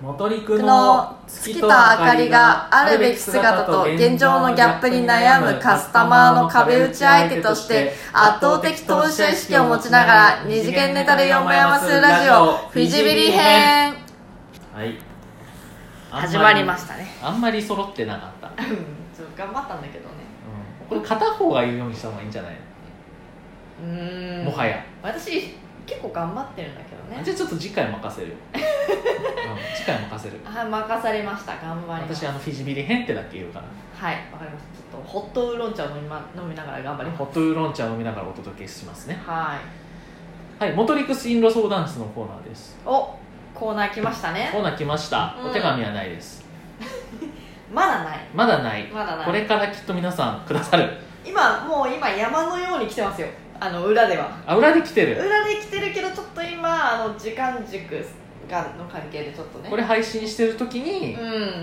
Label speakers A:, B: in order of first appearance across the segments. A: モトリク
B: 僕の
A: の
B: 月と明かりがあるべき姿と現状のギャップに悩むカスタマーの壁打ち相手として圧倒的投資者意識を持ちながら二次元ネタでよもやまするラジオフィジビリ編
A: はい
B: 始まりましたね
A: たあんまり揃ってなかった、うん
B: うんそう頑張ったんだけどね
A: これ片方が言うようにした方がいいんじゃない、
B: うーん
A: もはや
B: 私結構頑張ってるんだけど
A: じ
B: ね
A: ゃあちょっと次回任せるよ、うん次回任 せる
B: あ任されました頑張りまし
A: 私
B: た
A: あのフィジビリ編ってだけ言うから
B: はいわかりましたちょっとホットウーロン茶を飲み,、ま、飲みながら頑張ります
A: ホットウーロン茶を飲みながらお届けしますね
B: はい
A: はいモトリク進路相談室のコーナーです
B: おコーナー来ました
A: コ
B: ね
A: ーナー来ました、
B: うん
A: お手紙はないです
B: まだない
A: まだない
B: まだない
A: これからきっと皆さんくださる
B: 今もう今山のように来てますよあの裏では
A: あ裏で来てる
B: 裏で来てるけどちょっと今あの時間軸がの関係でちょっとね
A: これ配信してる時に、
B: う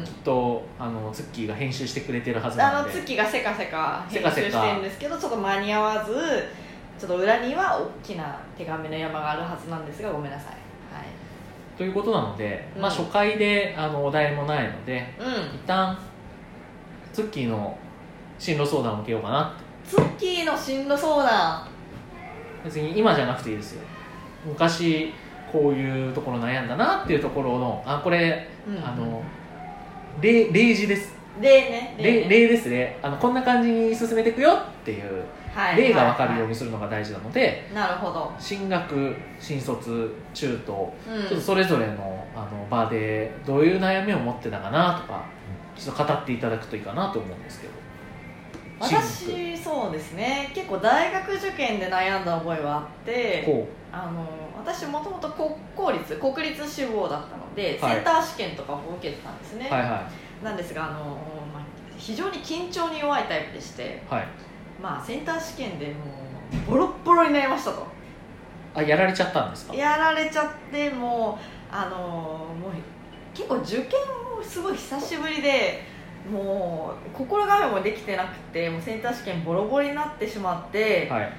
A: きっ
B: ん
A: とあのツッキーが編集してくれてるはずな
B: あ
A: ん
B: の
A: で
B: 月がせかせか編
A: せ
B: 集
A: かせ
B: し
A: か
B: てるんですけどちょっと間に合わずちょっと裏には大きな手紙の山があるはずなんですがごめんなさい
A: ということなので、
B: うん
A: まあ、初回であのお題もないので
B: はいうん
A: 一旦ツッキーの進路相談を受けようかなって
B: ツッキーの進路相談
A: 別に今じゃなくていいですよ昔こういうところ悩んだなっていうところのあこれ、
B: うん
A: あの例例示です
B: 例ね
A: 例
B: ね
A: 例ですねあのこんな感じに進めていくよっていう
B: はい
A: 例が分かるよう
B: は
A: にするのが大事なので
B: いはいなるほど
A: 進学新卒中等
B: うん
A: ちょっとそれぞれのあの場でどういう悩みを持ってたかなとかちょっと語っていただくといいかなと思うんですけど進
B: 私そうですね結構大学受験で悩んだ覚えはあって
A: こ
B: あの私もともと国公立国立志望だったので、
A: はい
B: センター試験とかも受けてたんですね、
A: うはいはい
B: なんですがあの、まあ、非常に緊張に弱いタイプでして、
A: はい
B: まあ、センター試験でもうボロッボロになりましたと
A: あやられちゃったんですか
B: やられちゃってもうあのもう結構受験もすごい久しぶりでもう心構えもできてなくてもうセンター試験ボロボロになってしまって、
A: はい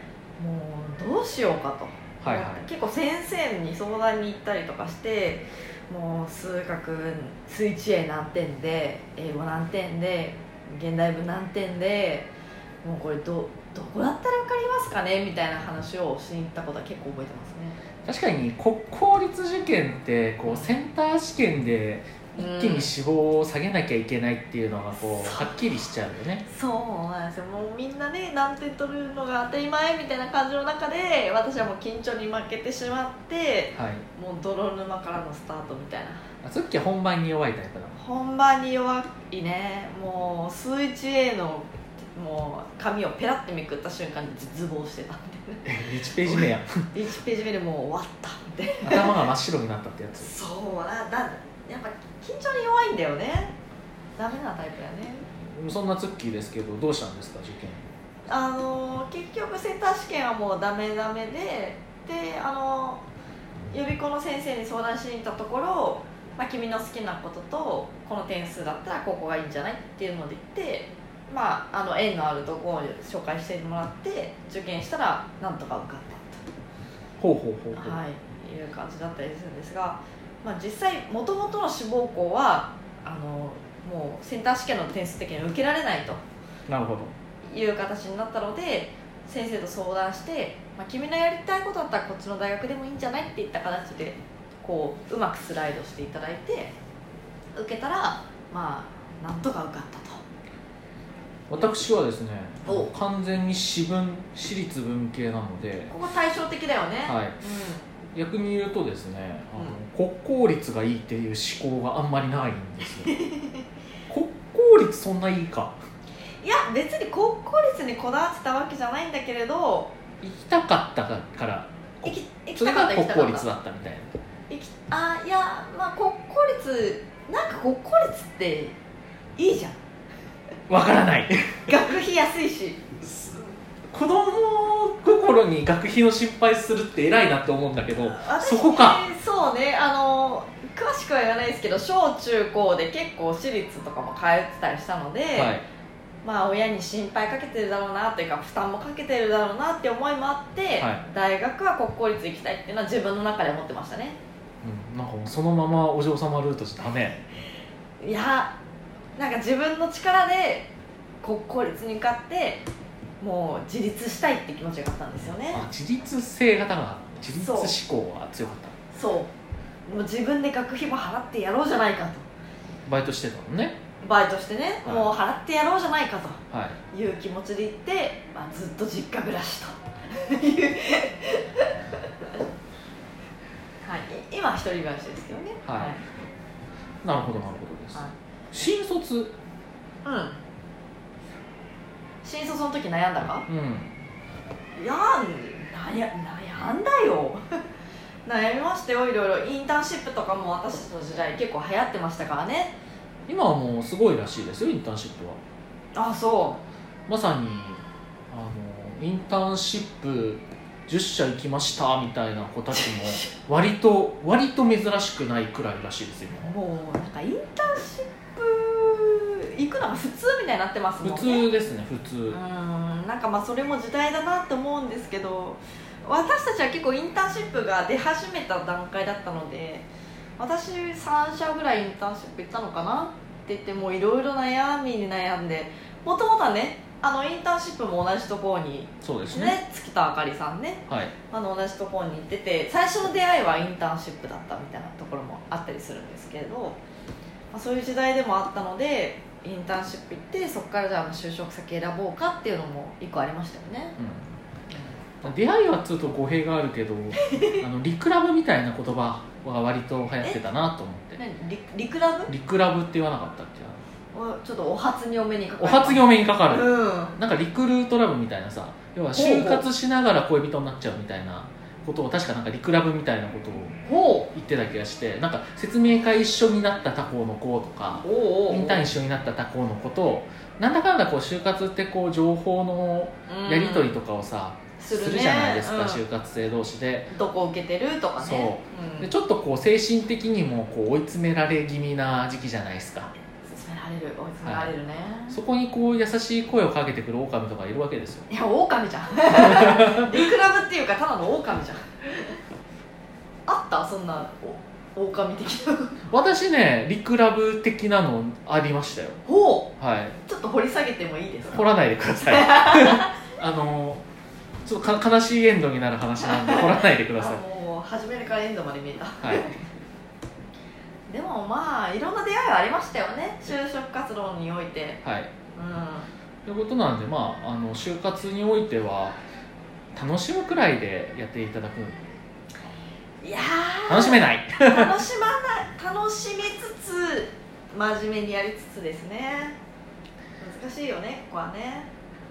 B: もうどうしようかと、
A: はいはい
B: 結構先生に相談に行ったりとかしてもう数学数一英何点で英語何点で現代文何点でもうこれどどこだったら分かりますかねみたいな話をしに行ったことは結構覚えてますね
A: 確かに国公立受験ってこうセンター試験で一気に志望を下げなきゃいけないっていうのがこう
B: そう
A: はっきりしちゃうよね
B: そうなんですよもうみんなね何点取るのが当たり前みたいな感じの中で私はもう緊張に負けてしまって
A: はい
B: もう泥沼からのスタートみたいな
A: あツッキーは本番に弱いタイプだ
B: 本番に弱いねもう数 1A のもう紙をペラってめくった瞬間に絶望してたんで
A: 1ページ 目や
B: 1ページ目でもう終わったみたいな
A: 頭が真っ白になったってやつ
B: そうなだやっぱ緊張に弱いんだよねダメなタイプだね
A: そんなツッキーですけどどうしたんですか受験
B: あの結局センター試験はもうダメダメでであの予備校の先生に相談しに行ったところ、まあ、君の好きなこととこの点数だったらここがいいんじゃないっていうので言って、まあ、あの縁のあるところを紹介してもらって受験したらなんとか受かっ
A: ほうほうほう
B: た
A: ほう、
B: と、はい、いう感じだったりするんですが、まあ、実際もともとの志望校はあのもうセンター試験の点数的に受けられないと。
A: なるほど
B: いう形になったので先生と相談して、まあ、君のやりたいことだったらこっちの大学でもいいんじゃないっていった形でこううまくスライドしていただいて受けたらまあなんとか受かったと
A: 私はですね
B: お
A: 完全に私文私立文系なので、
B: ここ対照的だよね、
A: は
B: う
A: い、逆に言うとですねあの、国公立がいいっていう思考があんまりないんです よ国公立そんないいか
B: ん、いや別に高校率にこだわってたわけじゃないんだけれど
A: 行きたかったから
B: 行き行き
A: それ
B: たか
A: が
B: っ
A: 国
B: た行き
A: 公
B: たかっ
A: 立
B: た
A: だったみたいな
B: 行きあいやまあ国公立なんか国公立っていいじゃん
A: わからない
B: 学費安いし
A: 子供心に学費の心配するって偉いなって思うんだけど
B: 私
A: そこか
B: そうねあの詳しくは言わないですけど小中高で結構私立とかも通ってたりしたので、
A: はい
B: まあ親に心配かけてるだろうなというか負担もかけてるだろうなって思いもあって、
A: はい
B: 大学は国公立行きたいっていうのは自分の中で思ってましたね
A: ううん、なんかもうそのままお嬢様ルートじゃダメ
B: いやなんか自分の力で国公立に受かってもう自立したいって気持ちがあったんですよね
A: あ自立性が高かった自立
B: そう
A: 志向は強かった
B: そうもう自分で学費も払ってやろうじゃないかと
A: バイトしてたのね
B: バイトしてね、
A: はい
B: もう払ってやろうじゃないかと
A: はい
B: いう気持ちで行って、まあ、ずっと実家暮 らしという、はい、い今は一人暮らしですけどね
A: はいなるほどなるほどです、
B: はい
A: 新卒
B: うん新卒の時悩んだか
A: うん
B: いや悩悩んだよ 悩みましたよいろいろインターンシップとかも私たちの時代結構流行ってましたからね
A: 今はもうすごいらしいですよインターンシップは
B: あそ
A: まさにあのインターンシップ10社行きましたみたいな子た ちも割と割と珍しくないくらいらしいですよ
B: うもうなんかインターンシップ行くのが普通みたいになってますもん
A: 今
B: ね
A: 普通ですね普通、
B: うーんなんかまあそれも時代だなって思うんですけど私たちは結構インターンシップが出始めた段階だったので私3社ぐらいインターンシップ行ったのかなって言ってもういろいろ悩みに悩んでもともとはねあのインターンシップも同じところに
A: そうですね
B: ね月田あかりさんね
A: はい
B: あの同じところに行ってて最初の出会いはインターンシップだったみたいなところもあったりするんですけれど、まあ、そういう時代でもあったのでインターンシップ行ってそこからじゃあ就職先選ぼうかっていうのも一個ありましたよね
A: うん出会いはちょっと語弊がある けどあのリクラブみたいな言葉は割と流行ってたなと思って
B: 何リリクラブ
A: リクラブって言わなかったっけあ
B: をちょっとお初にお目にかか
A: のお初業目にかかる、
B: うん
A: なんかリクルートラブみたいなさ要は就活しながら恋人になっちゃうみたいなことを確かなんかリクラブみたいなことを
B: ほ
A: 言ってた気がしてなんか説明会一緒になった他校の子とか
B: うおうおう
A: インターン一緒になった他校の子となんだかんだこう就活ってこう情報の
B: うん
A: やり取りとかをさ、
B: する,、ね、
A: するじゃないですか、
B: うん
A: 就活生同士で
B: どこ受けてるとかね
A: そうんでちょっとこう精神的にもこう追い詰められ気味な時期じゃないですか
B: 詰められる追い詰められるね、
A: そこにこう優しい声をかけてくる狼とかいるわけですよ
B: いや狼じゃんリクラブっていうかただの狼じゃんあったそんなお狼的な
A: 私ねリクラブ的なのありましたよ
B: ほ
A: はいう
B: ちょっと掘り下げてもいいですか
A: 掘らないでください あのちょっとか悲しいエンドになる話なんで掘らないでく ださい
B: あもう初めからエンドまで見えた
A: はい、
B: でもまあいろんな出会いはありましたよね就職活動において
A: はい、
B: うん
A: ということなんでまああの就活においては楽しむくらいでやっていただく
B: いや
A: 楽しめない
B: ー楽しまない楽しみつつ真面目にやりつつですね難しいよねここはね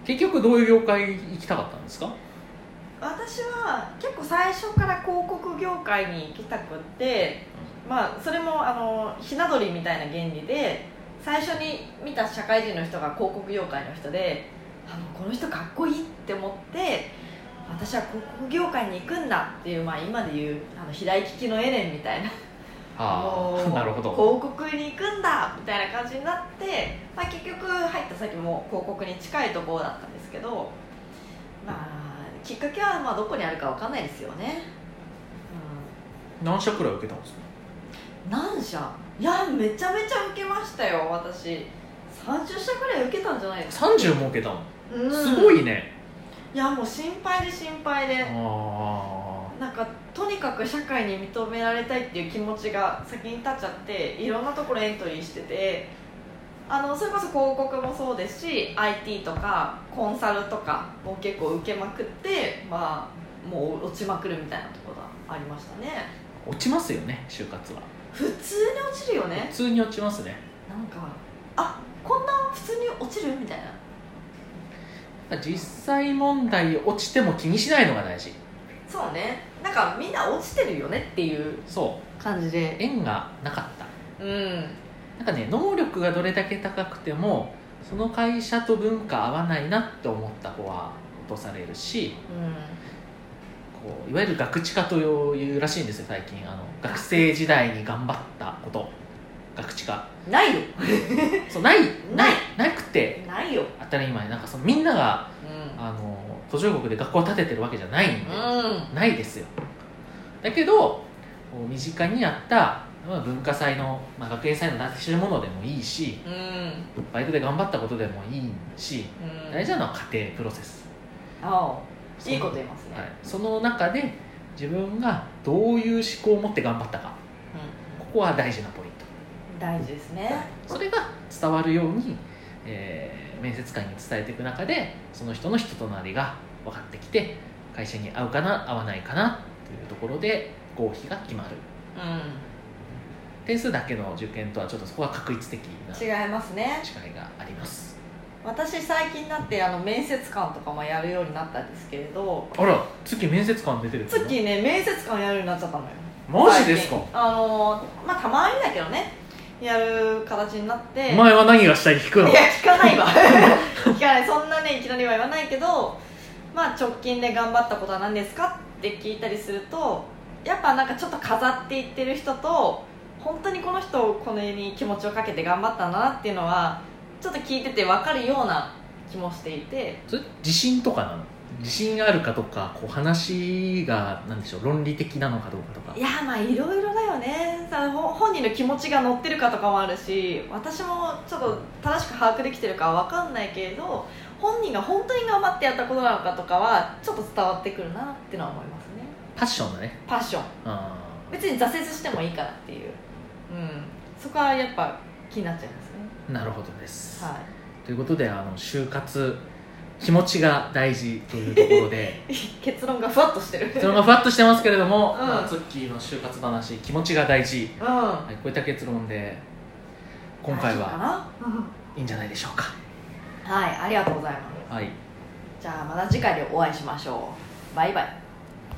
A: 結局どういう業界行きたかったんですか
B: 私は結構最初から広告業界に行きたくって、まあ、それもあのひな鳥みたいな原理で最初に見た社会人の人が広告業界の人であのこの人かっこいいって思って私は広告業界に行くんだっていう、まあ、今で言うあの左利きのエレンみたいな
A: あ
B: も
A: あ
B: う
A: なるほど
B: 広告に行くんだみたいな感じになって、まあ、結局入った先も広告に近いところだったんですけどまあきっかけはまあどこにあるかわかんないですよね、
A: 何社くらい受けたんですか
B: うん、何社いやめちゃめちゃ受けましたよ私30社ぐらい受けたんじゃないですか、
A: 30も受けたの
B: うん
A: すごいね、
B: いやもう心配で心配で
A: あ
B: なんかとにかく社会に認められたいっていう気持ちが先に立っちゃっていろんなところエントリーしててあのそれこそ広告もそうですし IT とかコンサルとかを結構受けまくってまあもう落ちまくるみたいなところがありましたね
A: あ落ちますよね就活は
B: 普通に落ちるよね
A: 普通に落ちますね
B: なんかあこんな普通に落ちるみたいな
A: 実際問題落ちても気にしないのが大事
B: そうねなんかみんな落ちてるよねっていう
A: そう
B: 感じで
A: 縁がなかった
B: うん
A: なんかね能力がどれだけ高くてもその会社と文化合わないなって思った子は落とされるし
B: うん
A: こういわゆる学知化というらしいんですよ最近あの学生時代に頑張ったこと学知化
B: ないよ
A: そうない
B: ない
A: なくて
B: ないよ
A: 当たり前なんかそのみんなが
B: うん
A: あの途上国で学校を建ててるわけじゃないんで、
B: うん
A: ないですよだけどこう身近にあったまあ文化祭の、まあ、学園祭の出し物でもいいし
B: うん
A: バイトで頑張ったことでもいいし
B: うん
A: 大事なのは家庭プロセス
B: ああいいこと言いますね、
A: はい、その中で自分がどういう思考を持って頑張ったかここは大事なポイント
B: うん、大事ですね
A: それが伝わるように、えー面接官に伝えていく中でその人の人となりが分かってきて会社に合うかな合わないかなというところで合否が決まる
B: うん
A: 点数だけの受験とはちょっとそこは確率的な違い
B: 違いますね
A: があります
B: 私最近になってあの面接官とかもやるようになったんですけれど
A: あら月面接官出てる
B: 月ね面接官やるようになっちゃったのよ
A: マジですか
B: 最近あのーまあたまにだけどねやる形になって
A: お前は何がしたい聞くの
B: いや聞かないわ聞かないそんなねいきなりは言わないけどまあ直近で頑張ったことは何ですかって聞いたりするとやっぱなんかちょっと飾っていってる人と本当にこの人これに気持ちをかけて頑張ったんだなっていうのはちょっと聞いてて分かるような気もしていて
A: それ自信とかなの自信があるかとかこう話が何でしょう論理的なのかどうかとか
B: いやまあいろいろだよねさほ本人の気持ちが乗ってるかとかもあるし私もちょっと正しく把握できてるかは分かんないけれど本人が本当に頑張ってやったことなのかとかはちょっと伝わってくるなってのは思いますね
A: パッションだね
B: パッション
A: あ
B: 別に挫折してもいいからっていう、うん、そこはやっぱ気になっちゃいますね
A: ーなるほどです、
B: は
A: ということであの就活気持ちが大事というところ で
B: い結論がふわっとしてる
A: それがふわっとしてますけれども、
B: うん
A: まあツッキーの就活話気持ちが大事、
B: うん
A: はい、こういった結論で今回
B: 大丈夫か
A: は
B: ない
A: いんじゃないでしょうか
B: はいありがとうございます
A: はい
B: じゃあまた次回でお会いしましょうバイバイ